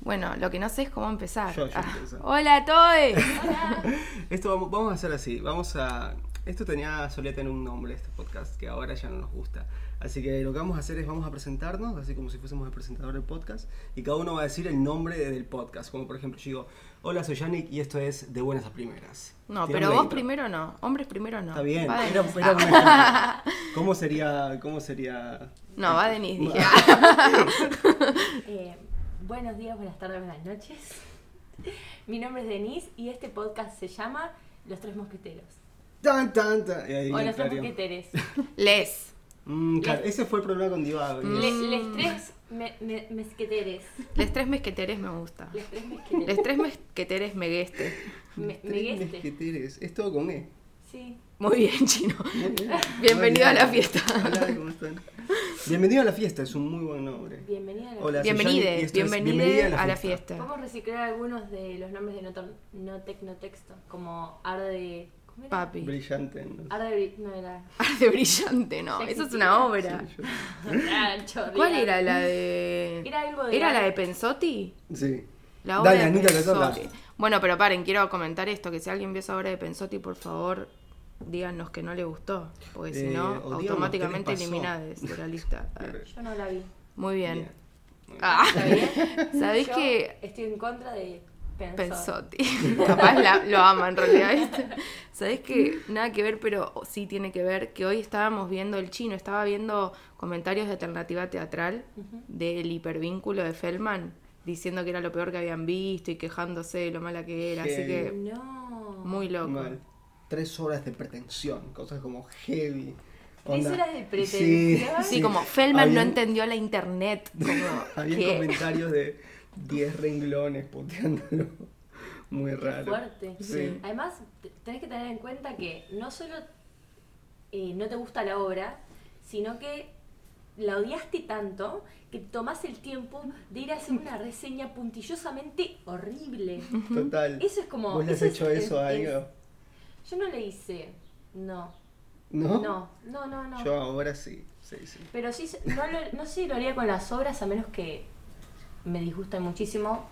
Bueno, lo que no sé es cómo empezar. Yo, yo Ah, empiezo. Hola, Toy. Esto vamos, vamos a hacer así, vamos a... Esto tenía, solía tener un nombre este podcast que ahora ya no nos gusta. Así que lo que vamos a hacer es vamos a presentarnos, así como si fuésemos el presentador del podcast, y cada uno va a decir el nombre de- del podcast. Como por ejemplo, yo digo, hola, soy Yannick y esto es De Buenas a Primeras. No, Tirame pero la vos intro. primero no. Hombres primero no. Ah. Está bien, Va era- Denis. era un ejemplo. ¿Cómo sería, cómo sería? No, va Denis, dije. Eh, buenos días, buenas tardes, buenas noches. Mi nombre es Denise y este podcast se llama Los Tres Mosqueteros. Tan, tan, tan. Y ahí O Los Tres entraríamos. Mosqueteres. Les. Mm, claro, ese fue el problema con Diva. Le- les Tres me- me- Mosqueteres. Les tres mesqueteres me gusta. Les Tres Les Mosqueteres. tres mesqueteres me gueste. Me- Tres Megueste. mosqueteres. Es todo con E. Sí. Muy bien, chino. Muy bien. Bienvenido Hola, a la fiesta. Hola, ¿cómo están? Bienvenido a la fiesta, es un muy buen nombre. Bienvenida a la Hola. Susana, y Bienvenide, esto es bienvenide Bienvenida a la fiesta. Vamos a reciclar algunos de los nombres de no, tor- no tecnotexto, como Arde. ¿Cómo era? Papi. Brillante. no sé. Arde. No era. Arde brillante, no. Ya Eso es existía. una obra. Sí, Ah, chorreada. ¿Cuál era la de. Era algo de ¿Era la algo. de Pensotti? yo- sí. La obra Dale, de Anita, la Pensotti. toca. Bueno, pero paren, quiero comentar esto, que si alguien vio esa obra de Pensotti, por favor, díganos que no le gustó, porque si Eh, no, o díganos automáticamente qué les pasó. eliminada de de la lista. Ah, Yo no la vi. Muy bien. Bien. Ah, ¿Está bien? ¿Sabés Yo que Estoy en contra de pensar. Pensotti? Capaz la- lo ama en realidad. ¿viste? ¿Sabés que nada que ver, pero sí tiene que ver? Que hoy estábamos viendo el chino, estaba viendo comentarios de alternativa teatral del hipervínculo de Feldman diciendo que era lo peor que habían visto y quejándose de lo mala que era. Así Heavy. que No. muy loco. Mal. Tres horas de pretensión, cosas como heavy. Tres horas de pretensión. Sí, como Feldman no Habían- entendió la internet. Como, Había ¿qué? comentarios de 10 renglones puteándolo. Muy Qué raro. fuerte. Sí. Además, te- tenés que tener en cuenta que no solo eh, no te gusta la obra, sino que la odiaste tanto que te tomás el tiempo de ir a hacer una reseña puntillosamente horrible. Total. Eso es como- ¿Vos le has eso es- hecho eso a es- algo? Yo no le hice. No. ¿No? No, no, no, no. Yo ahora sí. Sí, sí. Pero sí, no, lo- no sé si lo haría con las obras a menos que me disgusten muchísimo.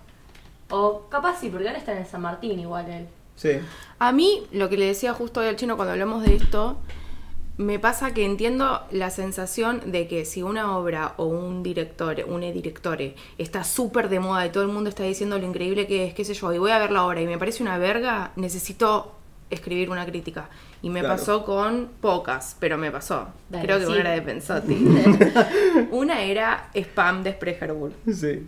O capaz sí, porque ahora está en el San Martín igual él. Sí. A mí, lo que le decía justo hoy al chino cuando hablamos de esto, me pasa que entiendo la sensación de que si una obra o un director, un directore, está súper de moda y todo el mundo está diciendo lo increíble que es, qué sé yo, y voy a ver la obra y me parece una verga, necesito escribir una crítica. Y me Claro. pasó con pocas, pero me pasó. Dale, Creo que sí. una era de Pensotti. una era Spam de Sprecherwood. Sí.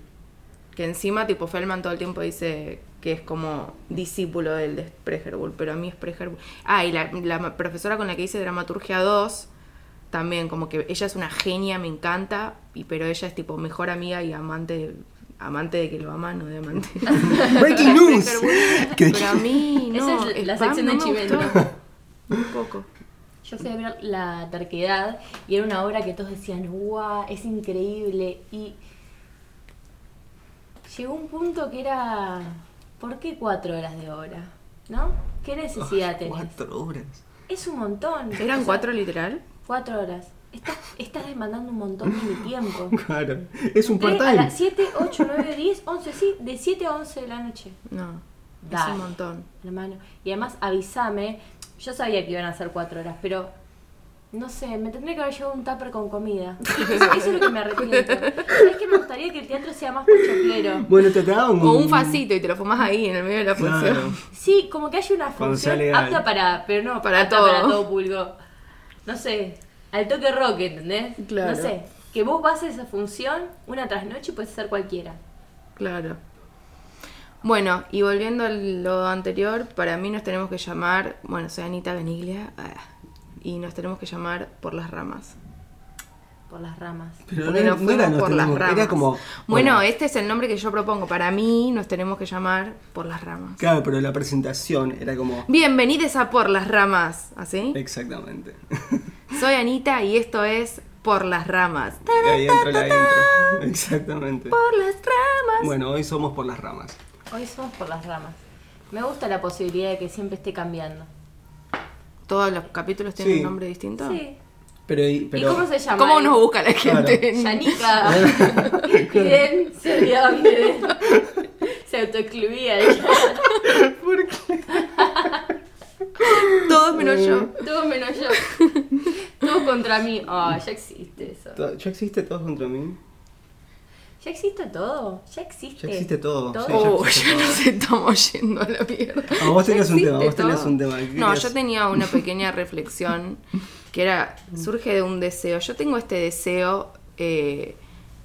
Que encima, tipo, Feldman todo el tiempo dice que es como discípulo del de Sprecherbull, pero a mí Sprecherbull... Ah, y la, la profesora con la que hice Dramaturgia 2, también, como que ella es una genia, me encanta, y pero ella es tipo mejor amiga y amante, amante de que lo aman, no de amante. Breaking news. Que- pero a mí, no, Esa es la Spam sección de no me Chimento. gustó. Un poco. Yo fui a ver La Terquedad y era una obra que todos decían, ¡guau! Es increíble. Y llegó un punto que era, ¿por qué cuatro horas de obra? ¿No? ¿Qué necesidad tenés? Cuatro horas. Es un montón. O ¿Eran sea, cuatro literal? Cuatro horas. Estás, estás demandando un montón de mi tiempo. Claro. Es un Entré a part-time. las 7, 8, 9, 10, 11, sí, de 7 a 11 de la noche. No, es Dale. un montón. hermano. Y además avísame, yo sabía que iban a ser cuatro horas, pero no sé, me tendría que haber llevado un tupper con comida. Eso, eso es lo que me arrepiento. Es que me gustaría que el teatro sea más pochoclero. Bueno, te daba un. O un facito y te lo fumas ahí, en el medio de la función. Claro. Sí, como que haya una Cuando sea función legal. apta para, pero no, Para apta todo. para todo público. No sé, al toque rock, ¿entendés? Claro. No sé, que vos vas a esa función una trasnoche y puedes ser cualquiera. Claro. Bueno, y volviendo a lo anterior, para mí nos tenemos que llamar, bueno, soy Anita Beniglia, ah, y nos tenemos que llamar por las ramas. Por las ramas. Pero Porque nos fuimos nos por las tenemos, ramas. Era como. bueno, este es el nombre que yo propongo. Para mí nos tenemos que llamar por las ramas. Claro, pero la presentación era como. Bienvenidos a Por las Ramas, ¿así? Exactamente. Soy Anita y esto es Por las Ramas. Y ahí entra la intro. Exactamente. Por las ramas. Bueno, hoy somos por las ramas. Hoy somos por las ramas. Me gusta la posibilidad de que siempre esté cambiando. ¿Todos los capítulos tienen Sí. un nombre distinto? Sí. Pero. y- ¿Y pero cómo se llama? ¿Cómo él? nos busca la gente? Claro. Yanica. Bien, se olvidaba que autoexcluía. ¿Por qué? Todos menos yo. Todo menos yo. Todo contra mí. Ah, ya existe eso. To- ¿Ya existe todo contra mí? Ya existe todo. Ya existe. Ya existe todo, sí, ya Oh, existe ya todo. nos estamos yendo a la mierda. Ah, vos tenías un existe tema, vos tenías todo. un tema. ¿qué No, querías? yo tenía una pequeña reflexión que era, surge de un deseo. Yo tengo este deseo eh,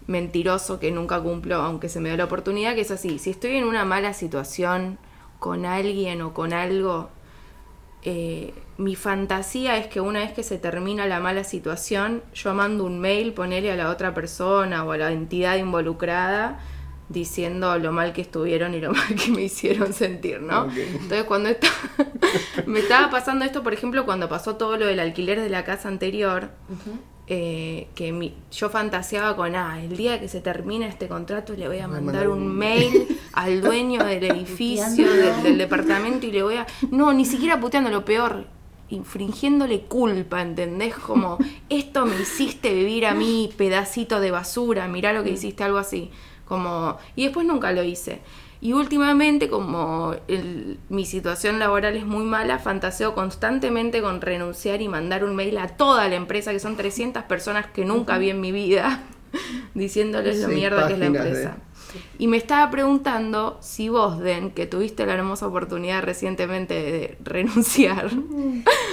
mentiroso que nunca cumplo, aunque se me da la oportunidad, que es así. Si estoy en una mala situación con alguien o con algo, eh, mi fantasía es que una vez que se termina la mala situación, yo mando un mail, ponele a la otra persona o a la entidad involucrada diciendo lo mal que estuvieron y lo mal que me hicieron sentir, ¿no? Ok. Entonces cuando esta- me estaba pasando esto, por ejemplo, cuando pasó todo lo del alquiler de la casa anterior, eh, que mi- yo fantaseaba con, ah, el día que se termine este contrato le voy a Voy a mandar mandar un un- mail al dueño del edificio, Puteándolo. del, del departamento y le voy a... No, ni siquiera puteando, lo peor, infringiéndole culpa, ¿entendés? Como, esto me hiciste vivir a mí, pedacito de basura, mirá lo que hiciste, algo así. Como, y después nunca lo hice. Y últimamente, como el- mi situación laboral es muy mala, fantaseo constantemente con renunciar y mandar un mail a toda la empresa, que son 300 personas que nunca vi en mi vida, diciéndoles lo Seis mierda que es la páginas de- empresa. Y me estaba preguntando si vos, Den, que tuviste la hermosa oportunidad recientemente de renunciar,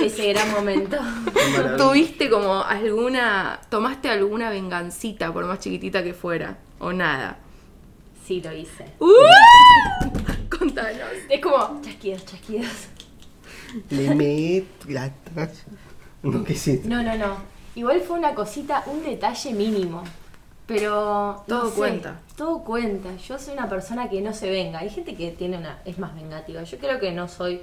Ese gran momento. Qué maravilla. tuviste como alguna, tomaste alguna vengancita, por más chiquitita que fuera, o nada. Sí, lo hice. ¡Uh! Contanos. Es como chasquidos, chasquidos. Le meto la tacha. No, ¿qué hiciste? No, no, no. Igual fue una cosita, un detalle mínimo. Pero. no Todo sé, cuenta. Todo cuenta. Yo soy una persona que no se venga. Hay gente que tiene una. es más vengativa. Yo creo que no soy.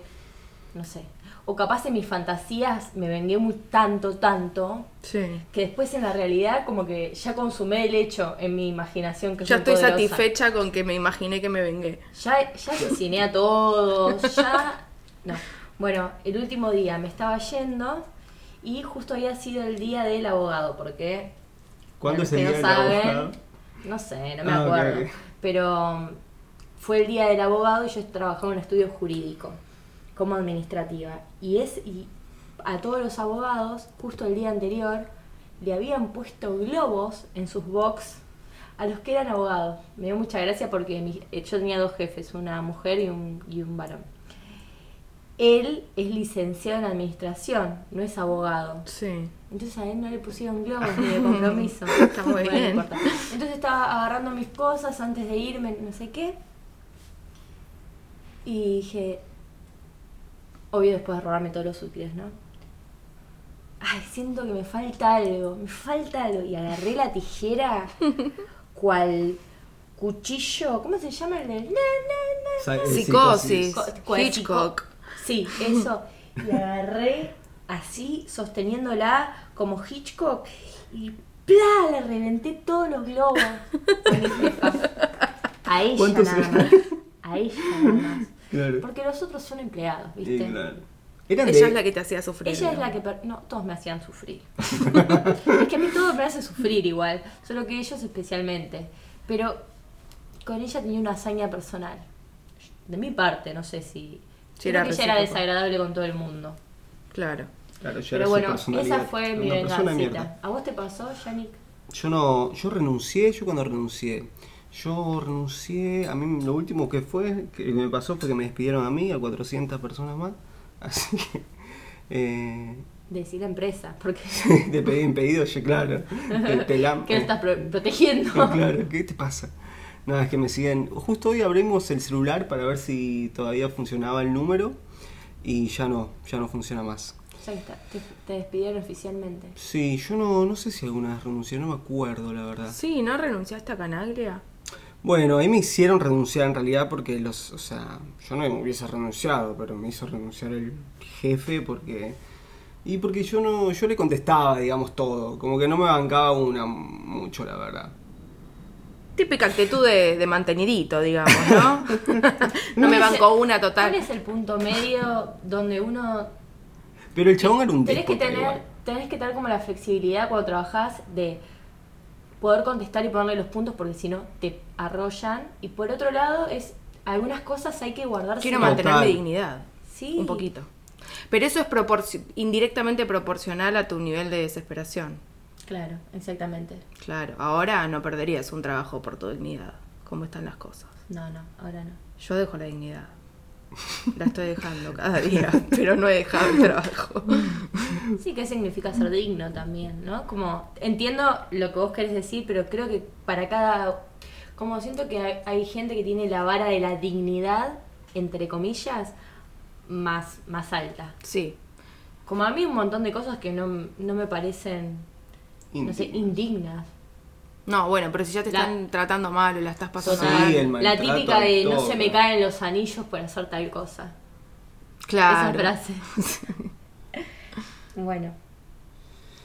No sé. O capaz en mis fantasías me vengué muy tanto, tanto. Sí. Que después en la realidad como que ya consumé el hecho en mi imaginación que soy Ya estoy poderosa. satisfecha con que me imaginé que me vengué. Ya, ya asesiné a todos, ya... No. Bueno, el último día me estaba yendo y justo había sido el día del abogado, porque... ¿Cuándo bueno, se que dio no el saben, abogado? No sé, no me Ah, ok, acuerdo. ok. Pero um, fue el día del abogado y yo trabajaba en un estudio jurídico, como administrativa. Y, es, y a todos los abogados, justo el día anterior, le habían puesto globos en sus box a los que eran abogados. Me dio mucha gracia porque mi- eh, yo tenía dos jefes, una mujer y un, y un varón. Él es licenciado en administración, no es abogado. Sí. Entonces a él no le pusieron globos ni de compromiso. Está muy Bueno, no bien. importa. Entonces estaba agarrando mis cosas antes de irme, no sé qué. Y dije, obvio después de robarme todos los útiles, ¿no? Ay, siento que me falta algo, me falta algo. Y agarré la tijera, cual cuchillo, ¿cómo se llama el de... na, na, na? Sa- eh, Psicosis. Co- co- Hitchcock. Sí, eso. Y agarré así, sosteniéndola como Hitchcock. Y ¡plá! Le reventé todos los globos. a mi jefa. A ella ¿Cuántos nada más. A ella nada más. Claro. Porque los otros son empleados, Eh, ¿viste? claro. Eran Ella de- es la que te hacía sufrir. Ella es la digamos. que... per- No, todos me hacían sufrir. es que a mí todo me hace sufrir igual, solo que ellos especialmente. Pero con ella tenía una hazaña personal. De mi parte, no sé si... Sí, creo era que ella era recíproco. desagradable con todo el mundo. Claro. Claro, yo Pero era su bueno, personalidad. esa fue Era mi una persona de vengancita. mierda. ¿A vos te pasó, Yannick? Yo no, yo renuncié, yo cuando renuncié. Yo renuncié, a mí lo último que fue, que me pasó fue que me despidieron a mí, a 400 personas más. Así que, eh, Decí la empresa, porque de pedido en pedido, yo claro, te, te la- que lo estás pro- protegiendo. No, claro, ¿qué te pasa? Nada, es que me siguen. Justo hoy abrimos el celular para ver si todavía funcionaba el número y ya no, ya no funciona más. O sea, que está- te, te despidieron oficialmente. Sí, yo no, no sé si alguna vez renuncié, no me acuerdo la verdad. Sí, ¿no renunciaste a Canaglia? Bueno, ahí me hicieron renunciar en realidad porque los, o sea, yo no hubiese renunciado, pero me hizo renunciar el jefe porque y porque yo no, yo le contestaba, digamos todo, como que no me bancaba una mucho la verdad. Típica actitud de, de mantenidito, digamos, ¿no? no me ¿Cuál es bancó el- una total. ¿Cuál es el punto medio donde uno Pero el chabón era un tenés que déspota tener igual. tenés que tener como la flexibilidad cuando trabajás de poder contestar y ponerle los puntos porque si no te arrollan y por otro lado es algunas cosas hay que guardarse. Quiero Total. mantener mi dignidad. Sí. Un poquito. Pero eso es proporci- indirectamente proporcional a tu nivel de desesperación. Claro, exactamente. Claro, ahora no perderías un trabajo por tu dignidad. ¿Cómo están las cosas? No, no, ahora no. Yo dejo la dignidad. La estoy dejando cada día, pero no he dejado el trabajo. Mm. Sí, que significa ser digno también, ¿no? Como entiendo lo que vos querés decir, pero creo que para cada como siento que hay, hay gente que tiene la vara de la dignidad entre comillas más más alta. Sí, Como a mí un montón de cosas que no, no me parecen no sé, Íntimo. indignas. No, bueno, pero si ya te La- están tratando mal o la estás pasando Total. Sí, mal. el la maltrato típica de al no todo, se me claro. caen los anillos por hacer tal cosa. Claro. Esa frase. bueno.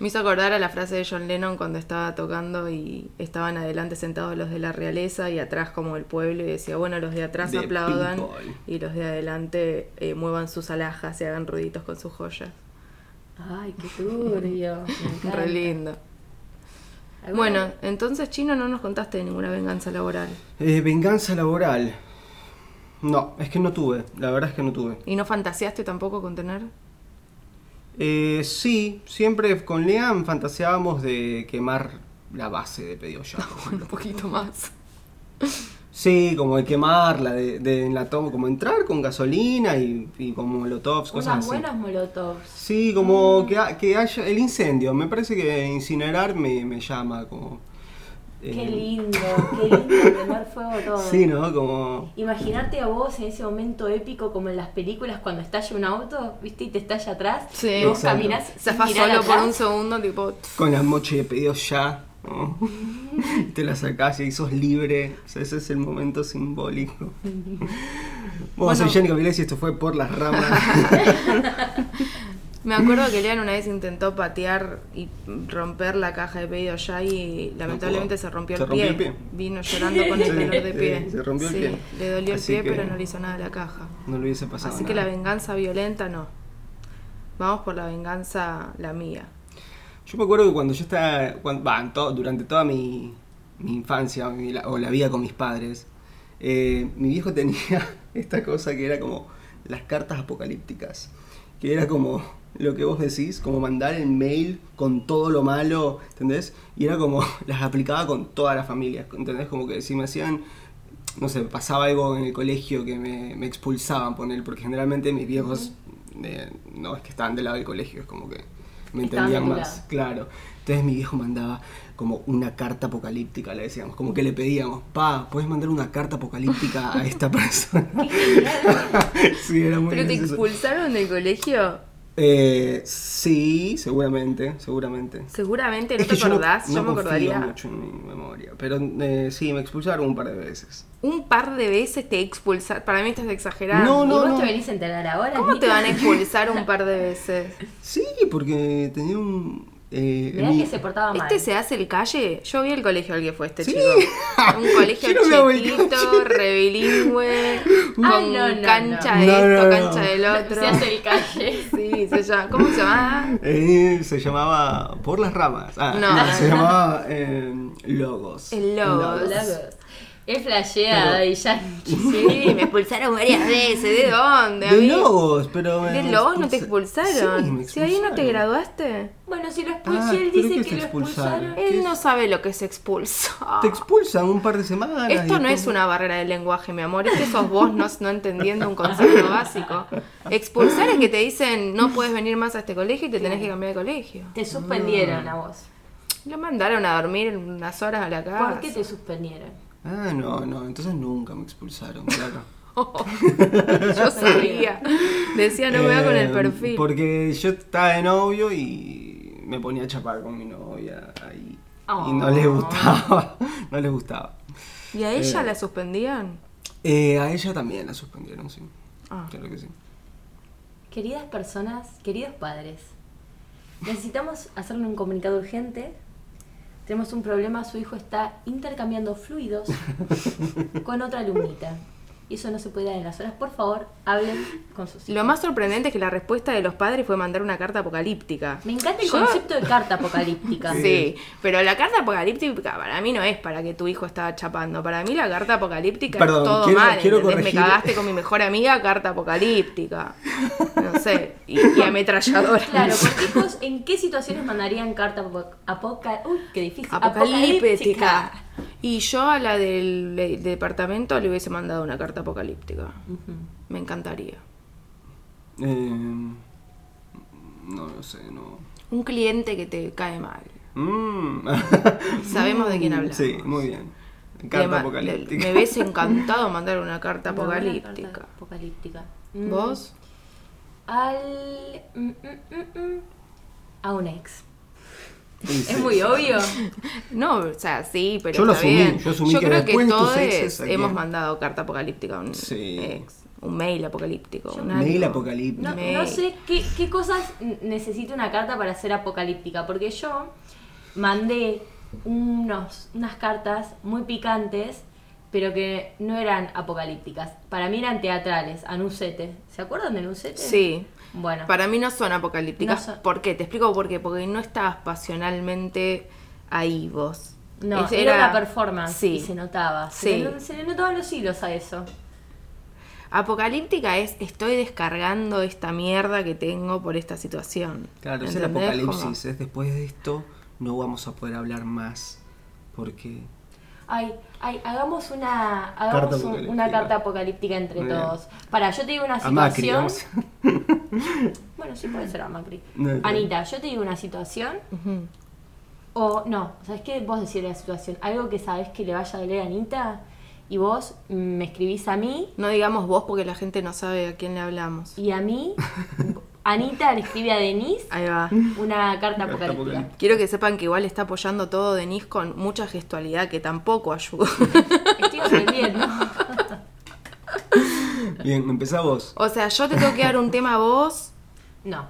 Me hizo acordar a la frase de John Lennon cuando estaba tocando y estaban adelante sentados los de la realeza y atrás como el pueblo y decía, bueno, los de atrás The aplaudan people. y los de adelante eh, muevan sus alhajas y hagan ruiditos con sus joyas. Ay, qué turbio. me encanta. Re lindo. ¿Alguna- Bueno, entonces Chino no nos contaste de ninguna venganza laboral Eh, venganza laboral. No, es que no tuve. La verdad es que no tuve. y no fantaseaste tampoco con tener. Eh, sí, siempre con Liam fantaseábamos de quemar la base de pedido ya. Bueno, un poquito más. Sí, como de quemarla, de, de en la toma, como entrar con gasolina y, y con molotovs, cosas Unas así. buenas Mm. molotovs. Sí, como que, ha- que haya el incendio. Me parece que incinerar me, me llama como... eh, Qué lindo, qué lindo prender fuego todo. Sí, ¿no? Como... Imaginarte a vos en ese momento épico como en las películas cuando estalla un auto, ¿viste? Y te estalla atrás. Sí. y vos Exacto. caminás sin Zafás mirar solo por atrás. un segundo, tipo... Con la moche de pedido ya. ¿no? Te la sacás y sos libre. O sea, ese es el momento simbólico. Bueno, soy Bueno. Jenny Cavilés y esto fue por las ramas. Me acuerdo que Lean una vez intentó patear y romper la caja de pedido ya y lamentablemente pudo. se rompió, Se el, rompió pie. el pie. Vino llorando con Sí, el dolor de sí, pie. se rompió el Sí, pie. Le dolió el Así pie, que- pero no le hizo nada a la caja. No le hubiese pasado Así que la nada. venganza violenta no. Vamos por la venganza la mía. Yo me acuerdo que cuando yo estaba, cuan- va, en to- durante toda mi, mi infancia mi la- o la vida con mis padres, eh, mi viejo tenía esta cosa que era como las cartas apocalípticas, que era como lo que vos decís, como mandar el mail con todo lo malo, ¿entendés? Y era como, las aplicaba con toda la familia, ¿entendés? Como que si me hacían no sé, pasaba algo en el colegio que me, me expulsaban por él, porque generalmente mis viejos eh, no es que estaban del lado del colegio, es como que me Estaban de entendían tu más, lado. claro. Entonces mi viejo mandaba como una carta apocalíptica, le decíamos, como que le pedíamos, pa, ¿puedes mandar una carta apocalíptica a esta persona? sí, era muy ¿Pero te gracioso. expulsaron del colegio? Eh, sí, seguramente, seguramente. Seguramente no Es que te yo no- acordás, no, yo me confío acordaría. mucho en mi memoria, pero eh, sí, me expulsaron un par de veces. Un par de veces te expulsaron. Para mí estás exagerando. No, ¿Y no. vos te venís a enterar ahora? ¿Cómo te Nico? van a expulsar un par de veces? Sí, porque tenía un. Eh, Mirá mi- que se portaba mal. Este se hace el calle. Yo vi el colegio al que fue este Sí. chico. Un colegio Yo no veo el chiquito, calle. rebilingüe, con Ah, no, no, cancha no. de No, esto, no, no. cancha del otro. Se hace el calle. Sí, se llama. ¿Cómo se llama? Eh, se llamaba. Por las ramas. Ah, No. no, se llamaba eh, Logos. El Logos. Lagos. Es flasheada Pero- y yankee. Sí, me expulsaron varias veces. ¿De dónde? De amigo? Logos, pero. me- ¿De Lobos no te expulsa- Sí, expulsaron? me si ahí no te expulsaron. graduaste. Bueno, si lo expulsé, Ah, él creo dice que que, se lo expulsaron. expulsaron. ¿Qué Él es? no sabe lo que se expulsó. Te expulsan un par de semanas. Esto Ah, y no es después- una barrera del lenguaje, mi amor. Es que sos vos no, no entendiendo un concepto básico. Expulsar es que te dicen no puedes venir más a este colegio y te tenés que cambiar de colegio. Te suspendieron a vos. Lo mandaron a dormir unas horas a la casa. ¿Por qué te suspendieron? Ah, no, no, entonces nunca me expulsaron, claro. Yo sabía. Decía no me va con el Eh, perfil. Porque yo estaba de novio y me ponía a chapar con mi novia ahí. Y no le Oh. gustaba. No le gustaba. ¿Y a ella la suspendían? Eh, a ella también la suspendieron, sí. Ah. Claro que sí. Queridas personas, queridos padres, necesitamos hacerle un comunicado urgente. Tenemos un problema, su hijo está intercambiando fluidos con otra alumnita. Y eso no se puede dar en las horas. Por favor, hablen con sus hijos. Lo más sorprendente es que la respuesta de los padres fue mandar una carta apocalíptica. Me encanta el Yo- concepto de carta apocalíptica. Sí, pero la carta apocalíptica para mí no es para que tu hijo estaba chapando. Para mí la carta apocalíptica Perdón, es todo quiero- mal. quiero ¿entendés? corregir- Me cagaste con mi mejor amiga, carta apocalíptica. No sé, y, y ametralladora. Claro, porque hijos, ¿en qué situaciones mandarían carta apo- apoca... Uy, qué difícil. Apocalíptica. Y yo a la del de- departamento le hubiese mandado una carta apocalíptica. Ujú. Me encantaría. Eh, no lo sé, no. Un cliente que te cae mal. Mm. Sabemos de quién hablamos. Sí, muy bien. Le Carta ma- apocalíptica. le- Me hubiese encantado mandar una carta Mandar una carta apocalíptica. apocalíptica. Mm. ¿Vos? Al... mm, mm, mm, mm. A un ex. Y sí, Es muy sí. obvio. No, o sea, sí, pero Yo lo está asumí, bien. yo asumí que creo que después de tus todos exes, ¿a quién? hemos mandado carta apocalíptica a un Sí. ex, un mail apocalíptico, un Mail algo. apocalíptico. No, Me- no sé qué, qué cosas necesita una carta para ser apocalíptica, porque yo mandé unos, unas cartas muy picantes, pero que no eran apocalípticas. Para mí eran teatrales, a Nucete. ¿Se acuerdan de Nucete? Sí. Bueno, Para mí no son apocalípticas. No son- ¿Por qué? Te explico por qué. Porque no estabas pasionalmente ahí vos. no, Es- era, una performance Sí. y se notaba. Sí. Se, le, se le notaban los hilos a eso. Apocalíptica es estoy descargando esta mierda que tengo por esta situación. Claro, es el ¿Entendés? apocalipsis. Como- Es después de esto no vamos a poder hablar más. Porque. Ay, ay, hagamos una, Carta hagamos un- una apocalíptica. carta apocalíptica entre Muy bien. todos. Para, yo te digo una A situación. Macri, vamos. Bueno, sí puede ser a Macri. No, no. Anita, yo te digo una situación. Ujú. O no, ¿sabes qué? Vos decís la situación. Algo que sabés que le vaya a doler a Anita y vos mm, me escribís a mí No digamos vos porque la gente no sabe a quién le hablamos. y a mí. Anita le escribe a Denise Ahí va. una carta Carta apocalíptica. apocalíptica. Quiero que sepan que igual está apoyando todo Denise con mucha gestualidad que tampoco ayuda. Estoy aprendiendo. Bien, empezá vos. o sea, yo te tengo que dar un tema a vos No.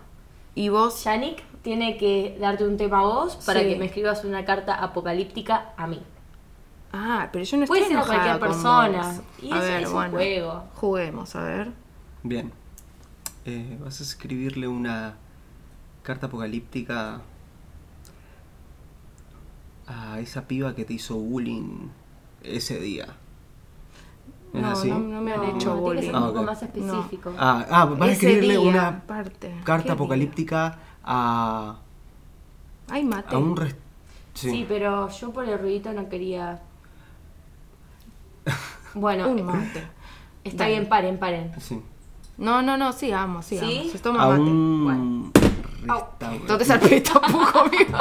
y vos Yannick tiene que darte un tema a vos para Sí. que me escribas una carta apocalíptica a mí. Ah, pero yo no Puede estoy ser a enojada cualquier con persona. vos. Y a es- ver, es un bueno, juego. Juguemos, a ver. Bien. Eh, vas a escribirle una carta apocalíptica a esa piba que te hizo bullying ese día. ¿Es No, así? no, no me han No, hecho tiene que bullying. ser un Ah, poco ok. más específico. Ah, ah, vas a Ese escribirle día, una aparte. carta día? apocalíptica a, Ay, mate. a un res- sí. Sí. pero yo por el ruidito no quería. Bueno, Un mate. está Dale. bien, paren, paren. Sí. No, no, no, sigamos, sigamos. ¿Sí? Se toma a mate. un Bueno. restaurante. No te salpes tampoco, amigo.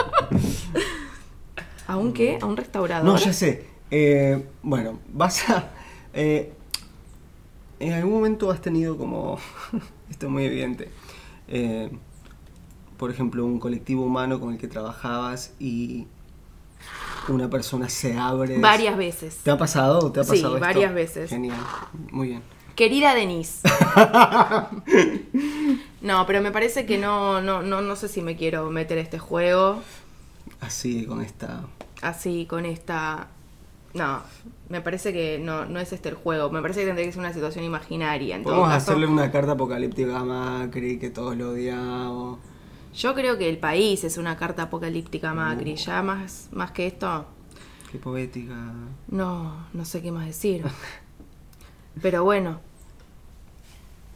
¿A un qué? ¿A un restaurador? No, ya sé. Eh, bueno, vas a. eh, en algún momento has tenido como. esto es muy evidente. eh, por ejemplo, un colectivo humano con el que trabajabas y una persona se abre. Varias veces. ¿Te ha pasado o te ha Sí, pasado esto? varias veces. Genial. Muy bien. Querida Denise. No, pero me parece que no, no, no, no sé si me quiero meter a este juego. Así con esta. así con esta. No, me parece que no, no es este el juego. Me parece que tendría que ser una situación imaginaria. En todo Podemos caso. hacerle una carta apocalíptica a Macri, que todos lo odiamos. Yo creo que el país es una carta apocalíptica, Macri. Uh. Ya más, más que esto, Qué poética. no, no sé qué más decir. Pero bueno.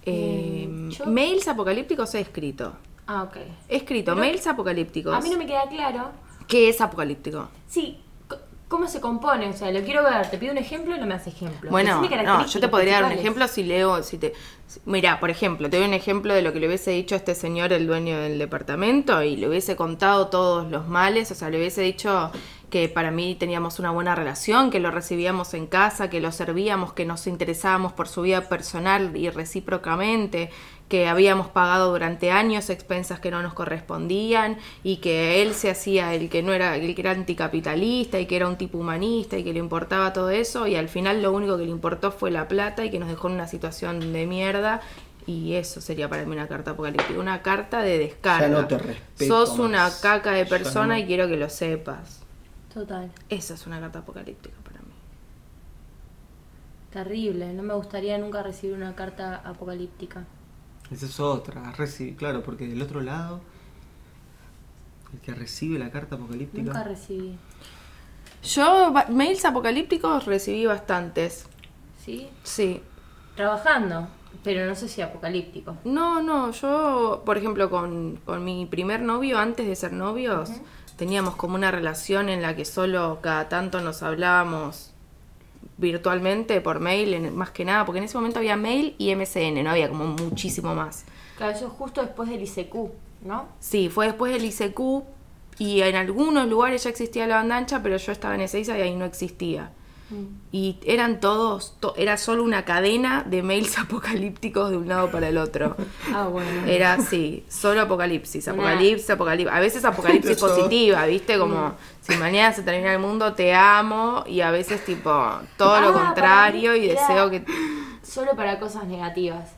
Eh, Mm, yo- Mails apocalípticos he escrito. Ah, ok. He escrito Pero- mails apocalípticos. A mí no me queda claro. ¿Qué es apocalíptico? Sí, c- ¿cómo se compone? O sea, lo quiero ver. Te pido un ejemplo y no me haces ejemplo. Bueno, Decime no, características yo te podría dar un principales. ejemplo si leo, si te... si- Mirá, por ejemplo, te doy un ejemplo de lo que le hubiese dicho a este señor, el dueño del departamento, y le hubiese contado todos los males, o sea, le hubiese dicho que para mí teníamos una buena relación, que lo recibíamos en casa, que lo servíamos, que nos interesábamos por su vida personal y recíprocamente, que habíamos pagado durante años expensas que no nos correspondían y que él se hacía el que no era el que era anticapitalista y que era un tipo humanista y que le importaba todo eso y al final lo único que le importó fue la plata y que nos dejó en una situación de mierda y eso sería para mí una carta apocalíptica, una carta de descarga. Ya no te respeto Sos más. una caca de Ya persona no. y quiero que lo sepas. Total. Esa es una carta apocalíptica para mí. Terrible, no me gustaría nunca recibir una carta apocalíptica. Esa es otra, reci- claro, porque del otro lado, el que recibe la carta apocalíptica. Nunca recibí. Yo ba- mails apocalípticos recibí bastantes. ¿Sí? Sí. Trabajando, pero no sé si apocalíptico. No, no, yo, por ejemplo, con, con mi primer novio, antes de ser novios, teníamos como una relación en la que solo cada tanto nos hablábamos virtualmente por mail, en- más que nada, porque en ese momento había mail y MSN, no había como muchísimo más. Claro, eso es justo después del ICQ, ¿no? Sí, fue después del ICQ y en algunos lugares ya existía la banda ancha, pero yo estaba en Ezeiza y ahí no existía. Mm. Y eran todos, to- era solo una cadena de mails apocalípticos de un lado para el otro. Ah, bueno. Era así, solo apocalipsis, Una- apocalipsis, apocalipsis. A veces apocalipsis Eso. positiva, ¿viste? Como si mañana se termina el mundo, te amo. Y a veces, tipo, todo lo Ah, para contrario mí y era- deseo que. Solo para cosas negativas.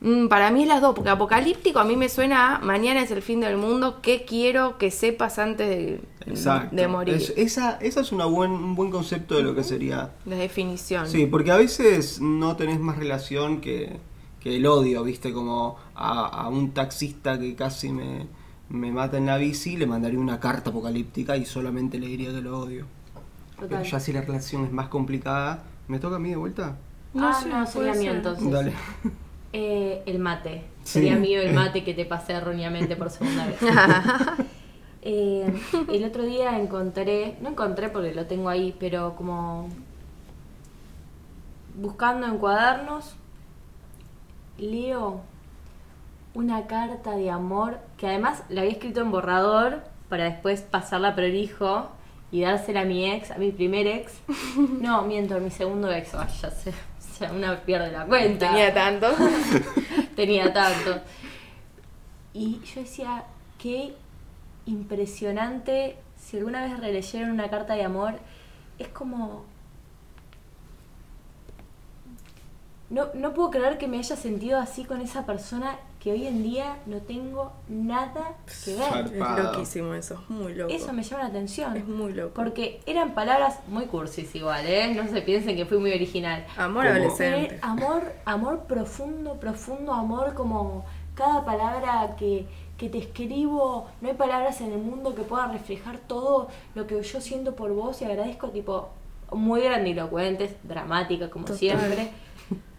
Mm, para mí es las dos, porque apocalíptico a mí me suena a mañana es el fin del mundo, ¿qué quiero que sepas antes de, Exacto. de morir? Es- esa, esa es una buen, un buen concepto de lo que sería. La definición. Sí, porque a veces no tenés más relación que, que el odio, ¿viste? Como a, a un taxista que casi me, me mata en la bici, le mandaría una carta apocalíptica y solamente le diría que lo odio. Pero Total. ya si la relación es más complicada, ¿me toca a mí de vuelta? No ah, sé, no, sería puede mío ser. entonces. Dale. Eh, el mate. Sí. Sería mío el mate que te pasé erróneamente por segunda vez. Eh, el otro día encontré, no encontré porque lo tengo ahí, pero como buscando en cuadernos, leo una carta de amor que además la había escrito en borrador para después pasarla prolijo y dársela a mi ex, a mi primer ex. No, miento, a mi segundo ex, Ay, ya sé. O sea, una pierde la cuenta Tenía tanto. tenía tanto. Y yo decía, qué impresionante, si alguna vez releyeron una carta de amor, es como... No, no puedo creer que me haya sentido así con esa persona que hoy en día no tengo nada que ver. es loquísimo eso, es muy loco. Eso me llama la atención. Es muy loco. Porque eran palabras muy cursis igual, ¿eh? No se piensen que fui muy original. Amor Como- adolescente. Eh, amor, amor profundo, profundo amor, como cada palabra que, que te escribo, no hay palabras en el mundo que puedan reflejar todo lo que yo siento por vos y agradezco, tipo, muy grandilocuentes, dramática como Total. siempre.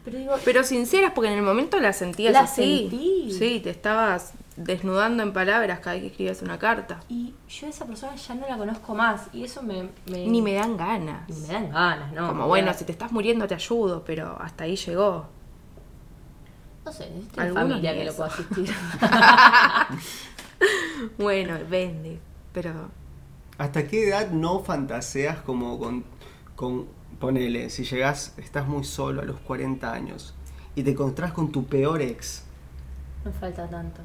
Pero digo, Pero sinceras, porque en el momento la sentías La así. sentí. Sí, te estabas desnudando en palabras cada vez que escribías una carta. y yo a esa persona ya no la conozco más y eso me... me- Ni me dan ganas. ni me dan ganas, ¿no? Como bueno, si te estás muriendo te ayudo, pero hasta ahí llegó. No sé, necesito una Algunos familia ni que lo eso. pueda asistir. Bueno, vende, pero ¿Hasta qué edad no fantaseas como con, con ponele, si llegás, estás muy solo a los 40 años y te encontrás con tu peor ex? no falta tanto.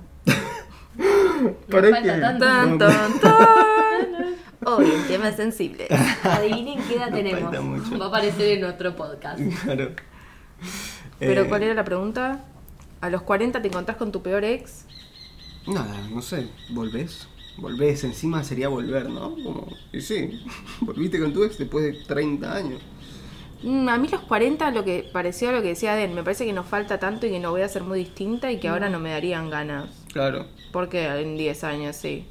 ¿Para falta qué? tanto. tan tan tan. Hoy un tema sensible. Adivinen qué edad No tenemos. falta mucho. Va a aparecer en otro podcast. Claro. Pero Eh, ¿cuál era la pregunta? A los 40 te encontrás con tu peor ex. Nada, no sé, volvés. Volvés, encima sería volver, ¿no? Como, y sí, volviste con tu ex después de 30 años. Mm, A mí los 40, lo que pareció a lo que decía Den, me parece que nos falta tanto y que no voy a ser muy distinta y Mm. que ahora no me darían ganas. Claro, Porque en 10 años, sí.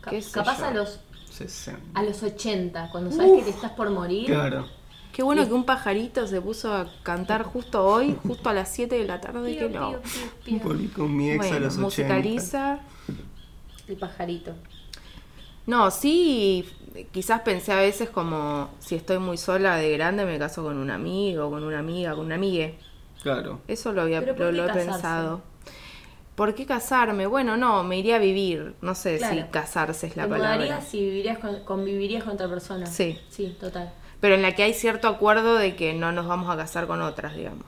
Ca- ¿Qué sé capaz yo? a los, 60. a los 80, cuando sabes que te estás por morir. Claro. Qué bueno que un pajarito se puso a cantar justo hoy, justo a las 7 de la tarde. Pío, que no. pío, pío, pío. Volví con mi ex a Bueno, los 80. musicaliza. El pajarito. No, sí, quizás pensé a veces como si estoy muy sola de grande me caso con un amigo, con una amiga, con una amigue. Claro. Eso lo había ¿Pero por lo, qué lo he casarse? pensado. ¿Por qué casarme? Bueno, no, me iría a vivir. No sé si Claro. casarse es la te palabra. mudarías y vivirías con- convivirías con otra persona. Sí. Sí, total. Pero en la que hay cierto acuerdo de que no nos vamos a casar con otras, digamos.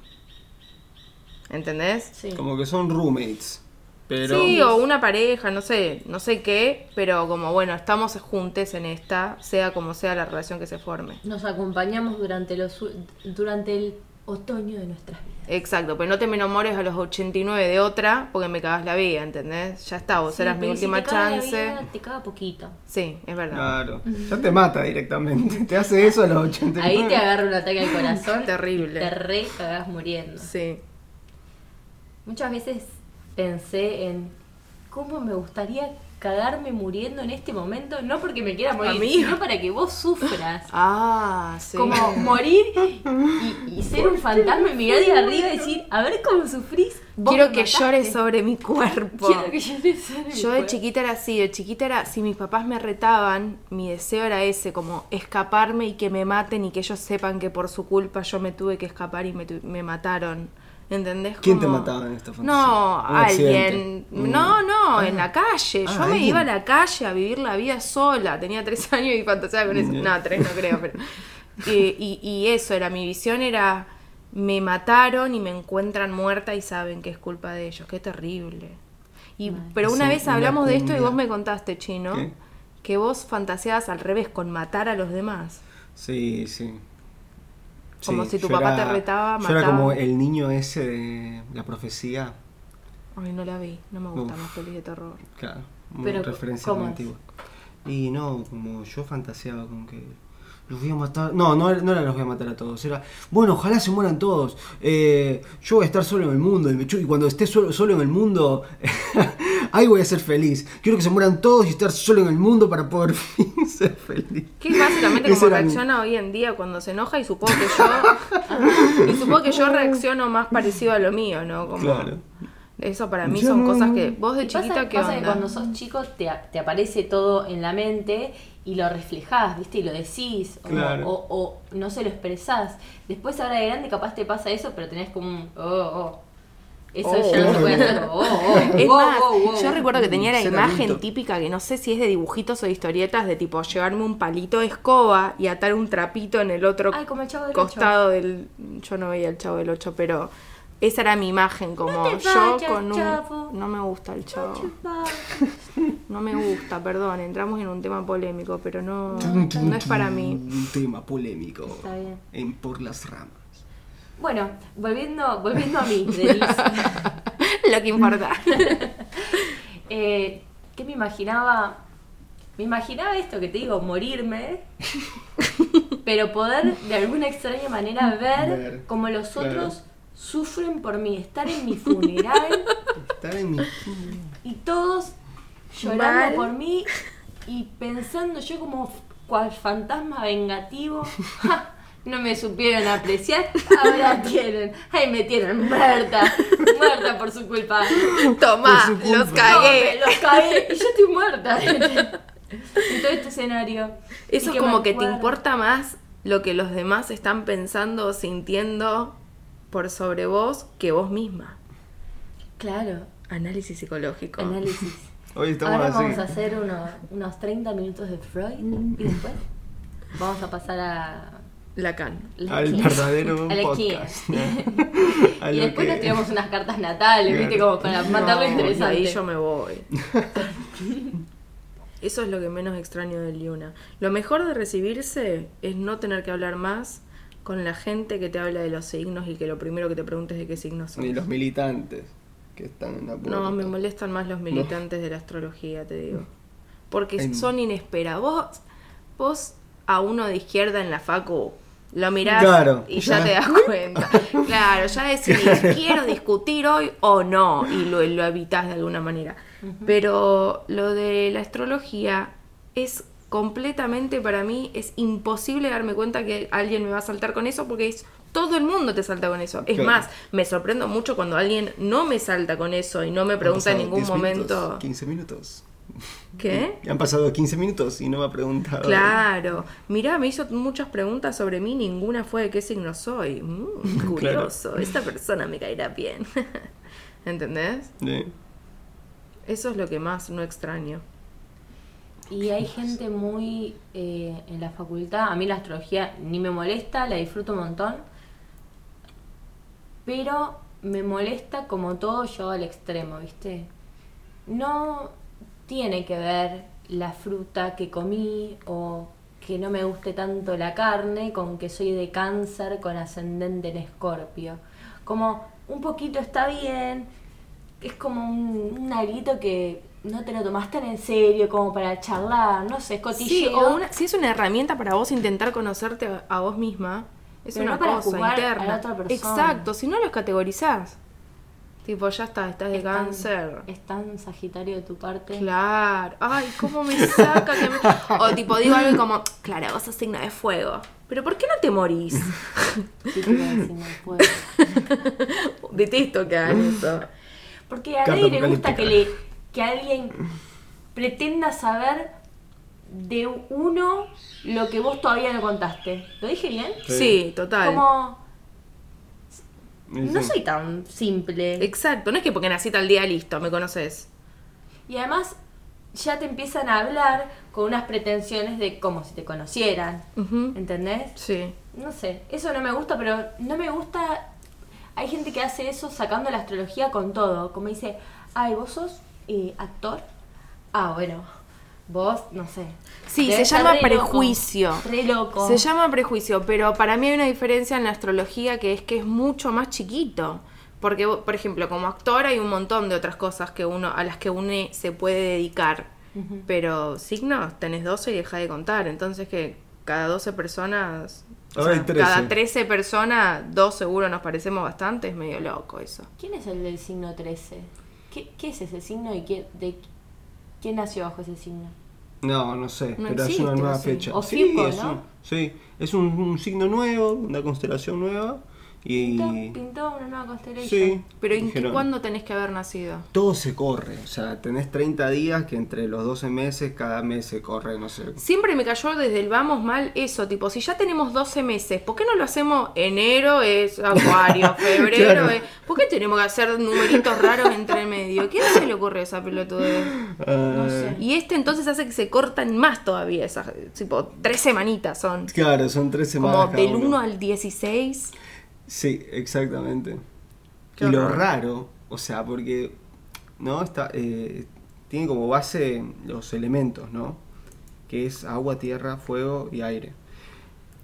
¿Entendés? Sí. Como que son roommates. Pero. Sí, o una pareja, no sé, no sé qué, pero como bueno, estamos juntes en esta, sea como sea la relación que se forme. Nos acompañamos durante los u- durante el otoño de nuestras vidas. Exacto, pero no te me enamores a los 89 de otra porque me cagas la vida, ¿entendés? Ya está, vos Sí, eras mi pero si última te caga la chance. vida, te caga poquito. Sí, es verdad. Claro, ya te mata directamente. Te hace eso a los 80. Ahí te agarra un ataque al corazón. Terrible. Te re cagás muriendo. Sí. Muchas veces pensé en cómo me gustaría cagarme muriendo en este momento, no porque me quiera morir, Amiga. sino para que vos sufras. Ah, sí. Como morir y, y ser un fantasma y mirar de arriba y decir, a ver cómo sufrís. vos Quiero me que mataste". llores sobre mi cuerpo. Quiero que llores pues. sobre mi Yo de cuerpo. chiquita era así, de chiquita era, si mis papás me retaban, mi deseo era ese, como escaparme y que me maten y que ellos sepan que por su culpa yo me tuve que escapar y me, tu- me mataron. ¿Entendés? ¿Quién te Como- mataba en esta fantasía? No, ¿Un alguien. accidente? Mm. No, no, Ah. en la calle. Yo Ah, me alguien. iba a la calle a vivir la vida sola. Tenía tres años y fantaseaba con eso. Bien. No, tres no creo, pero. Eh, y, y eso era, mi visión era. Me mataron y me encuentran muerta y saben que es culpa de ellos. Qué terrible. Y, Mal. pero una Sí, vez una hablamos de esto y cumbia. vos me contaste, chino, ¿Qué? que vos fantaseabas al revés con matar a los demás. Sí, sí. Como si tu yo papá te retaba, Yo era mataba. como el niño ese de la profecía. Ay, no la vi. No me gustan Uf. las pelis de terror. Claro, una Pero, referencia ¿cómo muy es? antigua. Y no, como yo fantaseaba con que los voy a matar. No, no, no era los voy a matar a todos. Era, bueno, ojalá se mueran todos. Eh, yo voy a estar solo en el mundo. Y, me chu- y cuando esté solo, solo en el mundo, ahí voy a ser feliz. Quiero que se mueran todos y estar solo en el mundo para poder ser feliz. Que es básicamente Ese como era mi- reacciona hoy en día cuando se enoja y supongo que yo y supongo que yo reacciono más parecido a lo mío, ¿no? Como Claro. eso para mí Yo son no- cosas que vos de Y pasa- chiquita que pasa onda. que cuando sos chico te, a- te aparece todo en la mente y lo reflejás, ¿viste? Y lo decís o, Claro. o- o no se lo expresás. Después ahora de grande capaz te pasa eso, pero tenés como un... Oh, oh. Eso Oh. ya no se puede hacer. Oh, oh, es oh, más, oh, oh. yo recuerdo que tenía la Ser imagen adulto. típica que no sé si es de dibujitos o de historietas de tipo llevarme un palito de escoba y atar un trapito en el otro Ay, como el Chavo del costado del yo no veía el chavo del 8, pero esa era mi imagen como No te yo vayas, con un chavo. no me gusta el chavo. Chupa. No me gusta, perdón, entramos en un tema polémico, pero no, Tum, tum, no es para tum, mí. Un tema polémico. Está bien. En por las ramas. Bueno, volviendo, volviendo a mí, Denise. Lo que importa. Eh, ¿Qué me imaginaba? Me imaginaba esto que te digo, morirme, pero poder de alguna extraña manera ver, Ver, como los claro. otros sufren por mí, estar en mi funeral Estar en mi. y todos llorando Mal. por mí y pensando yo como cual fantasma vengativo. "Ja, No me supieron apreciar, ahora tienen, ahí me tienen muerta, muerta por su culpa. Tomá, Por su culpa. los No, cagué. me los cagué y yo estoy muerta. en todo este escenario. Eso Y es como me que te acuerdo. importa más lo que los demás están pensando o sintiendo por sobre vos que vos misma. Claro, Análisis psicológico. análisis. Hoy estamos Ahora así. vamos a hacer uno- unos 30 minutos de Freud Mm. y después vamos a pasar a. Lacan. la Al quince. verdadero A la podcast. quince. A y lo después que- nos tiramos unas cartas natales, ¿viste? Claro. Como para matarlo No, interesante. Ahí yo me voy. Eso es lo que menos extraño de Liuna. Lo mejor de recibirse es no tener que hablar más con la gente que te habla de los signos y que lo primero que te preguntes de qué signos son. Ni los militantes que están en la puerta. No, me molestan más los militantes de la astrología, te digo. Porque En- son inesperados. Vos, vos a uno de izquierda en la facu lo mirás Claro, y ya. ya. te das cuenta. claro, ya decís, quiero discutir hoy o no, y lo, lo evitas de alguna manera. Pero lo de la astrología es completamente para mí, es imposible darme cuenta que alguien me va a saltar con eso porque es... Todo el mundo te salta con eso. Es Claro. más, me sorprendo mucho cuando alguien no me salta con eso y no me Han pregunta en pasado ningún 10 momento. Minutos, 15 minutos. ¿Qué? Han pasado 15 minutos y no me ha preguntado. Claro. Mirá, me hizo muchas preguntas sobre mí, ninguna fue de qué signo soy. Mm, curioso, esta persona me caerá bien. ¿Entendés? Eh, Eso es lo que más no extraño. Y hay gente muy eh, en la facultad, a mí la astrología ni me molesta, la disfruto un montón, pero me molesta como todo yo al extremo, ¿viste? No tiene que ver la fruta que comí o que no me guste tanto la carne, con que soy de cáncer, con ascendente en escorpio. Como un poquito está bien, es como un, un alguito que no te lo tomás tan en serio como para charlar, no sé, es Sí, cotilleo. o una- si es una herramienta para vos intentar conocerte a- a vos misma, es Pero una no para cosa juzgar a la interna. otra persona. Exacto, si no los categorizás. Tipo, ya está, estás de Es tan- cáncer. Es tan sagitario de tu parte. Claro. Ay, cómo me saca que me- O tipo, digo algo como, claro, vos sos signo de fuego. Pero ¿por qué no te morís? Sí, te iba a decir, no puedo. Detesto que hagan eso. Porque a Carta nadie le gusta apocalíptica. que, le, que alguien pretenda saber de uno lo que vos todavía no contaste. ¿Lo dije bien? Sí, Sí. total. Como, no Sí. soy tan simple. Exacto, no es que porque nací tal día, listo, me conoces. Y además ya te empiezan a hablar con unas pretensiones de como si te conocieran. Ujú. ¿Entendés? Sí. No sé, eso no me gusta, pero no me gusta. Hay gente que hace eso sacando la astrología con todo. Como dice, ay, vos sos eh, actor. Ah, bueno, vos, no sé. Sí, Debes se estar llama re loco, prejuicio. re loco. Se llama prejuicio, pero para mí hay una diferencia en la astrología que es que es mucho más chiquito. Porque, vos- por ejemplo, como actor hay un montón de otras cosas que uno, a las que uno se puede dedicar. Pero signos, tenés 12 y deja de contar. Entonces que cada 12 personas... o Ahora hay 13. Cada 13 personas, dos seguro nos parecemos bastante, es medio loco eso. ¿Quién es el del signo 13? ¿Qué, qué es ese signo y qué, de, quién nació bajo ese signo? No, no sé, No pero es existe, una nueva no sé. fecha. O sí, Fiuco, es ¿no? un, sí, es un, un signo nuevo, una constelación nueva y Pintó, pintó una nueva constelación. sí. Pero ¿en qué- dijeron, cuándo tenés que haber nacido? Todo se corre, o sea, tenés 30 días que entre los 12 meses cada mes se corre, no sé. Siempre me cayó desde el vamos mal eso, tipo, si ya tenemos 12 meses, ¿por qué no lo hacemos enero es acuario, febrero Claro. es... ¿Por qué tenemos que hacer numeritos raros entre medio? ¿Quién se le ocurre esa pelotudez? No sé. Y este entonces hace que se cortan más todavía, esas, tipo, tres semanitas son. Claro, son tres semanas. Como cada del uno. 1 al 16. Sí, exactamente. Qué Y lo horror. raro, o sea, porque no está eh, tiene como base los elementos, ¿no? Que es agua, tierra, fuego y aire.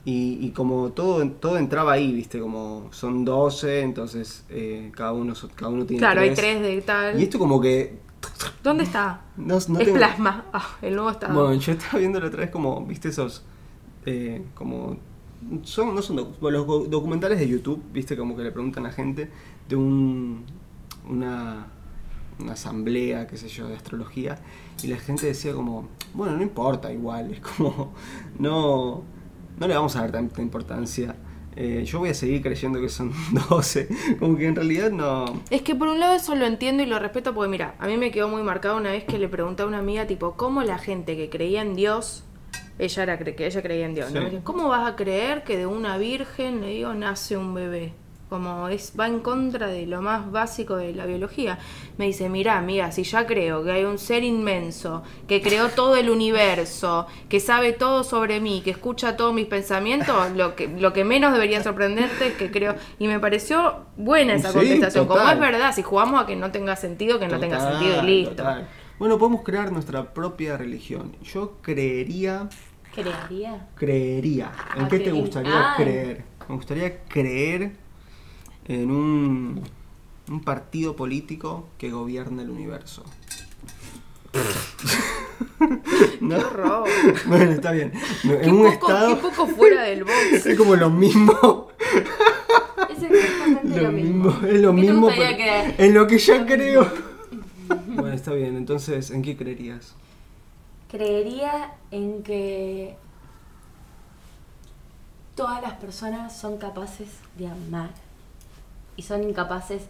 Y, y como todo, todo entraba ahí, viste, como son 12, entonces eh, cada, uno, so- cada uno tiene Claro, hay tres. tres de tal. Y esto como que... ¿Dónde está? No, no es tengo- plasma. Ah, el nuevo está. Bueno, yo estaba viendo la otra vez como, viste, esos... eh, como... Son, no son docu- bueno, los go- documentales de YouTube, viste, como que le preguntan a gente de un, una, una asamblea, qué sé yo, de astrología, y la gente decía como, bueno, no importa igual, es como, no, no le vamos a dar tanta importancia, eh, yo voy a seguir creyendo que son 12, como que en realidad no... Es que por un lado eso lo entiendo y lo respeto porque mira, a mí me quedó muy marcado una vez que le pregunté a una amiga tipo, ¿cómo la gente que creía en Dios, ella era cre- que ella creía en Dios, ¿no? Sí. Me dijo, ¿cómo vas a creer que de una virgen, le digo, nace un bebé? Como es va en contra de lo más básico de la biología. Me dice, mira, amiga, si ya creo que hay un ser inmenso, que creó todo el universo, que sabe todo sobre mí, que escucha todos mis pensamientos, lo que, lo que menos debería sorprenderte es que creo... Y me pareció buena esa Sí, contestación. Como total. es verdad, si jugamos a que no tenga sentido, que no tenga Total, sentido y listo. total. Bueno, podemos crear nuestra propia religión. Yo creería, Creería. creería. ¿En qué te Ok. gustaría Ah. creer? Me gustaría creer en un, un partido político que gobierne el universo. Qué horror. Bueno, está bien. No, Qué En un poco, estado qué poco fuera del box. es como lo mismo. Es exactamente Lo lo mismo. mismo, es lo ¿Qué te mismo. gustaría pero- creer? En lo que ya creo. Bueno, está bien. Entonces, ¿en qué creerías? Creería en que todas las personas son capaces de amar y son incapaces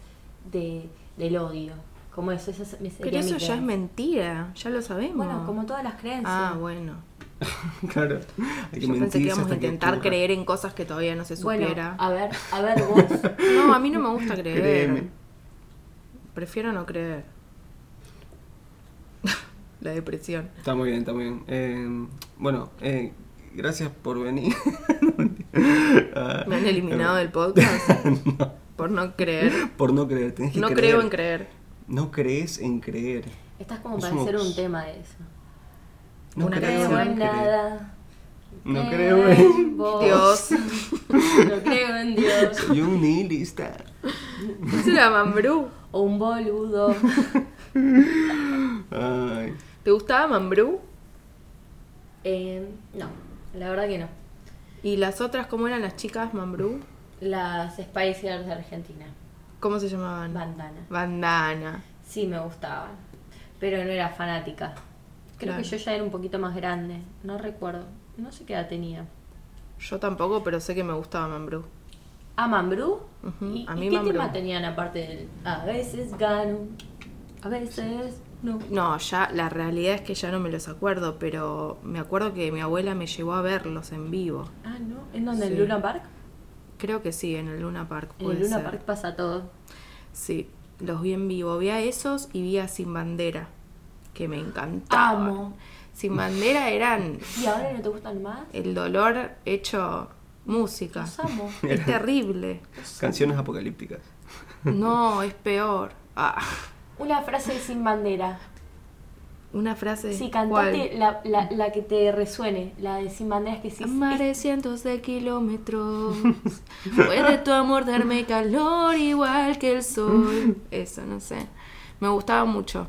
de, del odio. Como eso, eso es- me- sería Pero eso mi ya es creencia. mentira, ya lo sabemos. Bueno, como todas las creencias. Ah, bueno. Claro. Hay que Yo pensé que mentirse íbamos a hasta que intentar ocurra. creer en cosas que todavía no se bueno, supiera. a ver, a ver vos. No, a mí no me gusta creer. Créeme. Prefiero no creer. La depresión. Está muy bien, está muy bien. Eh, bueno, eh, gracias por venir. Ah, Me han eliminado del podcast no, por no creer. por no creer, tenés que No creer. creo en creer. No crees en creer. Estás como Es para un hacer box. un tema de eso. No Una creo creo canción. en en creer. nada. No creo en... vos. Dios. No creo en Dios. Y un nihilista. Es una mambrú. O un boludo. Ay. ¿Te gustaba mambrú? Eh, no, la verdad que no. ¿Y las otras cómo eran las chicas mambrú? Las Spice Girls de Argentina. ¿Cómo se llamaban? Bandana. Bandana. Sí me gustaban. Pero no era fanática. Creo Claro. que yo ya era un poquito más grande. No recuerdo. No sé qué edad tenía. Yo tampoco, pero sé que me gustaba mambrú. ¿A Mambrú? Ujú, ¿Y, a y mí qué Mambrú. tema tenían aparte del A veces gano, a veces no? No, ya la realidad es que ya no me los acuerdo, pero me acuerdo que mi abuela me llevó a verlos en vivo. Ah, ¿no? ¿En donde? Sí. ¿En Luna Park? Creo que sí, en el Luna Park. En puede el Luna ser. Park pasa todo. Sí, los vi en vivo. Vi a esos y vi a Sin Bandera, que me encantaba. Amo. Sin Bandera eran ¿Y ahora no te gustan más? el dolor hecho música. Los amo. Es terrible. Canciones apocalípticas. No, es peor. Ah, Una frase de sin bandera. una frase. Sí, ¿cuál? cantate la, la, la que te resuene, la de sin bandera que sí. Amaré cientos de kilómetros. Puede tu amor darme calor igual que el sol. Eso, no sé. Me gustaba mucho.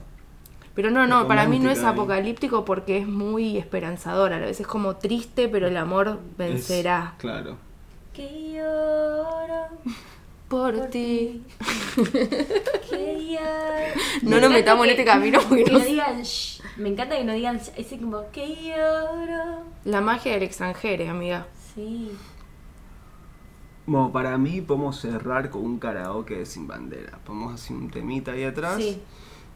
Pero no, no, para mí no es Romántica ahí. apocalíptico porque es muy esperanzador. A veces es como triste, pero el amor vencerá. Es- claro. Que lloro Por, por ti. ti. que lloro. No nos metamos en este camino porque Que no no sé. digan shh. Me encanta que no digan shh. Ese como que lloro. La magia del extranjero, amiga. Sí. Bueno, para mí podemos cerrar con un karaoke de sin bandera. Podemos hacer un temita ahí atrás Sí.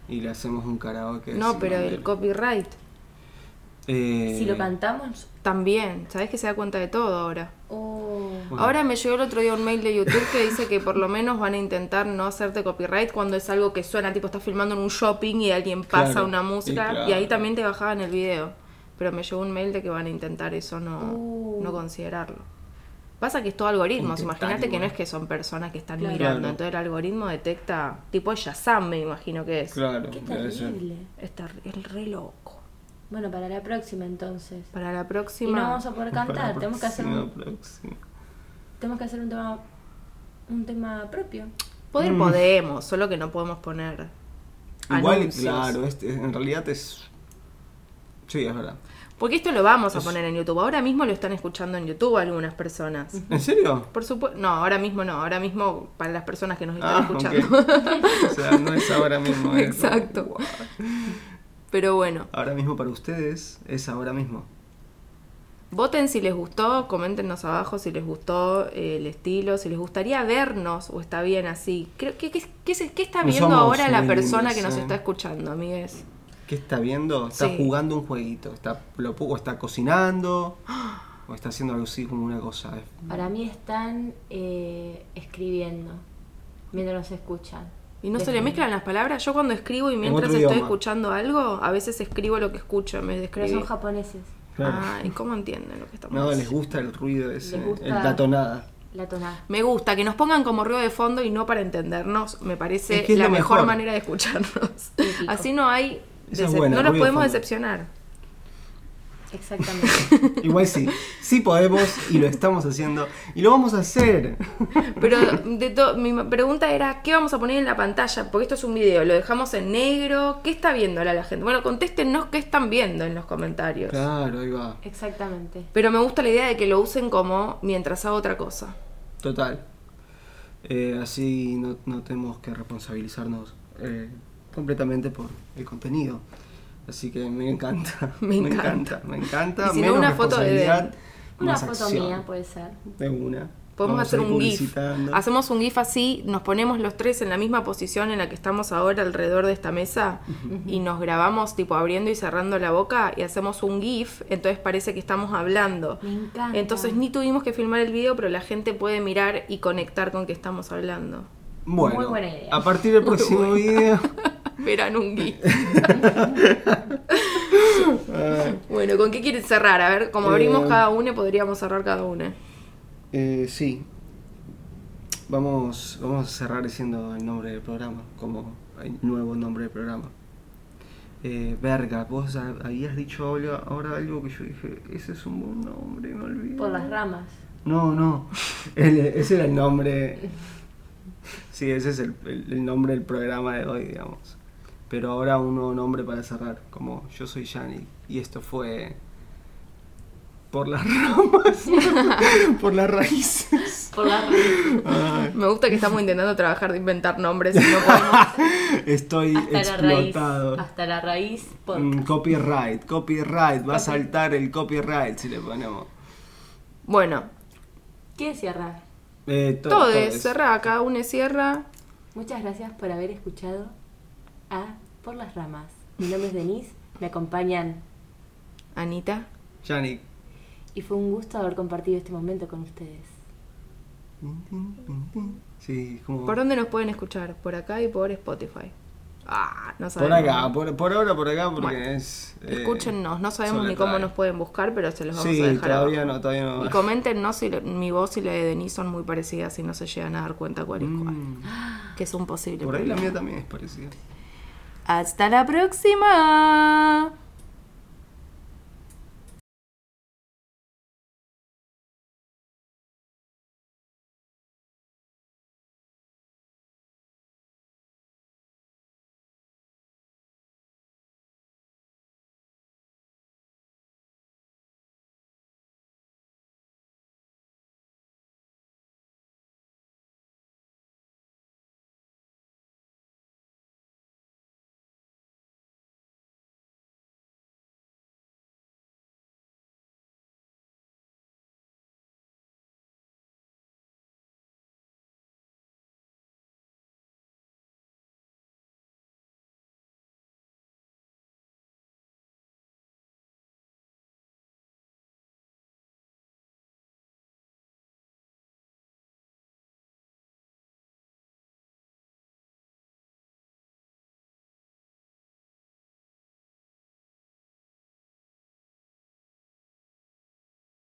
y le hacemos un karaoke de No, sin pero bandera. el copyright Eh, Si lo cantamos. también. Sabes que se da cuenta de todo ahora. Oh. Bueno. Ahora me llegó el otro día un mail de YouTube que dice que por lo menos van a intentar no hacerte copyright cuando es algo que suena, tipo estás filmando en un shopping y alguien pasa Claro, una música y y, claro. ahí también te bajaban el video. Pero me llegó un mail de que van a intentar eso no, Uh. no considerarlo. Pasa que es todo algoritmos, Intentar imagínate que igual. no es que son personas que están Claro. mirando, Claro. entonces el algoritmo detecta, tipo Shazam me imagino que es. Claro, Qué debe ser. terrible. Está re- el re loco. Bueno, para la próxima entonces. Para la y no próxima... vamos a poder Para la cantar. Tenemos que hacer un, próxima, próxima. tenemos que hacer un tema un tema propio. Poder Mm. podemos, solo que no podemos poner... Igual, anuncios. claro, este, en realidad es. Sí, es verdad. Porque esto lo vamos a Es- poner en YouTube. Ahora mismo lo están escuchando en YouTube algunas personas. ¿En serio? Por supuesto. No, ahora mismo no. Ahora mismo para las personas que nos están Ah, ok. escuchando. o sea, no es ahora mismo. es- Exacto. Wow. Pero bueno, Ahora mismo para ustedes es ahora mismo. voten si les gustó. Coméntenos abajo si les gustó eh, el estilo. Si les gustaría vernos o está bien así. Creo, ¿qué, qué, qué se- qué está No viendo somos ahora la muy persona lindos, que nos eh. está escuchando, amigues? ¿Qué está viendo? Está Sí. jugando un jueguito. Está, lo, pu- o está cocinando. O está haciendo algo así como una cosa. es- Para mí están eh, escribiendo mientras nos escuchan. ¿Y no se Desde- le mezclan las palabras? Yo cuando escribo y mientras otro estoy idioma. escuchando algo, a veces escribo lo que escucho en vez de Pero escribir. son japoneses. Claro. Ah, ¿y cómo entienden lo que estamos no, diciendo? les gusta el ruido ese. Les gusta- el- la tonada. La tonada. Me gusta que nos pongan como ruido de fondo y no para entendernos. Me parece Es que es la lo mejor, mejor. manera de escucharnos. Típico. Así no hay. Esa es decep- buena, no los ruido de podemos fondo. decepcionar. Exactamente. Igual sí. Sí podemos y lo estamos haciendo. Y lo vamos a hacer. Pero de to- mi ma- pregunta era: ¿qué vamos a poner en la pantalla? Porque esto es un video, lo dejamos en negro. ¿Qué está viendo ahora la gente? Bueno, contéstenos qué están viendo en los comentarios. Claro, ahí va. Exactamente. Pero me gusta la idea de que lo usen como mientras hago otra cosa. Total. Eh, así no, no tenemos que responsabilizarnos eh, completamente por el contenido. Así que me encanta. Me encanta. Me encanta. Y si no, Menos una foto de responsabilidad, Ben. Una más foto acción. mía puede ser. De una. pues. Podemos Vamos hacer a ir un GIF. publicitando. Hacemos un GIF así, nos ponemos los tres en la misma posición en la que estamos ahora alrededor de esta mesa y nos grabamos tipo abriendo y cerrando la boca y hacemos un GIF, entonces parece que estamos hablando. Me encanta. Entonces ni tuvimos que filmar el video, pero la gente puede mirar y conectar con que estamos hablando. Bueno, Muy buena idea. a partir del próximo video. Verán un GIF. Ah, Bueno, ¿con qué quieren cerrar? A ver, como abrimos Eh. cada uno, podríamos cerrar cada uno. eh, sí. Vamos, vamos a cerrar diciendo el nombre del programa, como el nuevo nombre del programa. eh, verga, vos ha- habías dicho ahora, ahora algo que yo dije, ese es un buen nombre, me olvidé. Por las ramas. No, no. El- ese era el nombre. Sí, ese es el, el- el nombre del programa de hoy, digamos. Pero ahora un nuevo nombre para cerrar, como yo soy Yanni y esto fue por las ramas, por las raíces. Por las ramas. Ay, Me gusta que estamos intentando trabajar de inventar nombres y no podemos. estoy Hasta explotado. la raíz. Hasta la raíz. Por... Mm, copyright, copyright, va Copy- a saltar el copyright si le ponemos. Bueno, ¿Quién cierra? Eh, to- todo todes. es cerrada, cada uno cierra. Muchas gracias por haber escuchado a Por las ramas. Mi nombre es Denise, me acompañan Anita. Yanni. y fue un gusto haber compartido este momento con ustedes. Sí, es como... ¿Por dónde nos pueden escuchar? Por acá y por Spotify. Ah, no Por sabemos. acá, por, por ahora por acá, porque Bueno, es. eh, Escúchennos, no sabemos solo ni cómo trae. nos pueden buscar, pero se los vamos Sí, a dejar. todavía abajo. no, todavía no. Y coméntenos si le- mi voz y la de Denise son muy parecidas y no se llegan a dar cuenta cuál es cuál. Mm, Que es un posible por ahí la problema. mía también es parecida. ¡Hasta la próxima!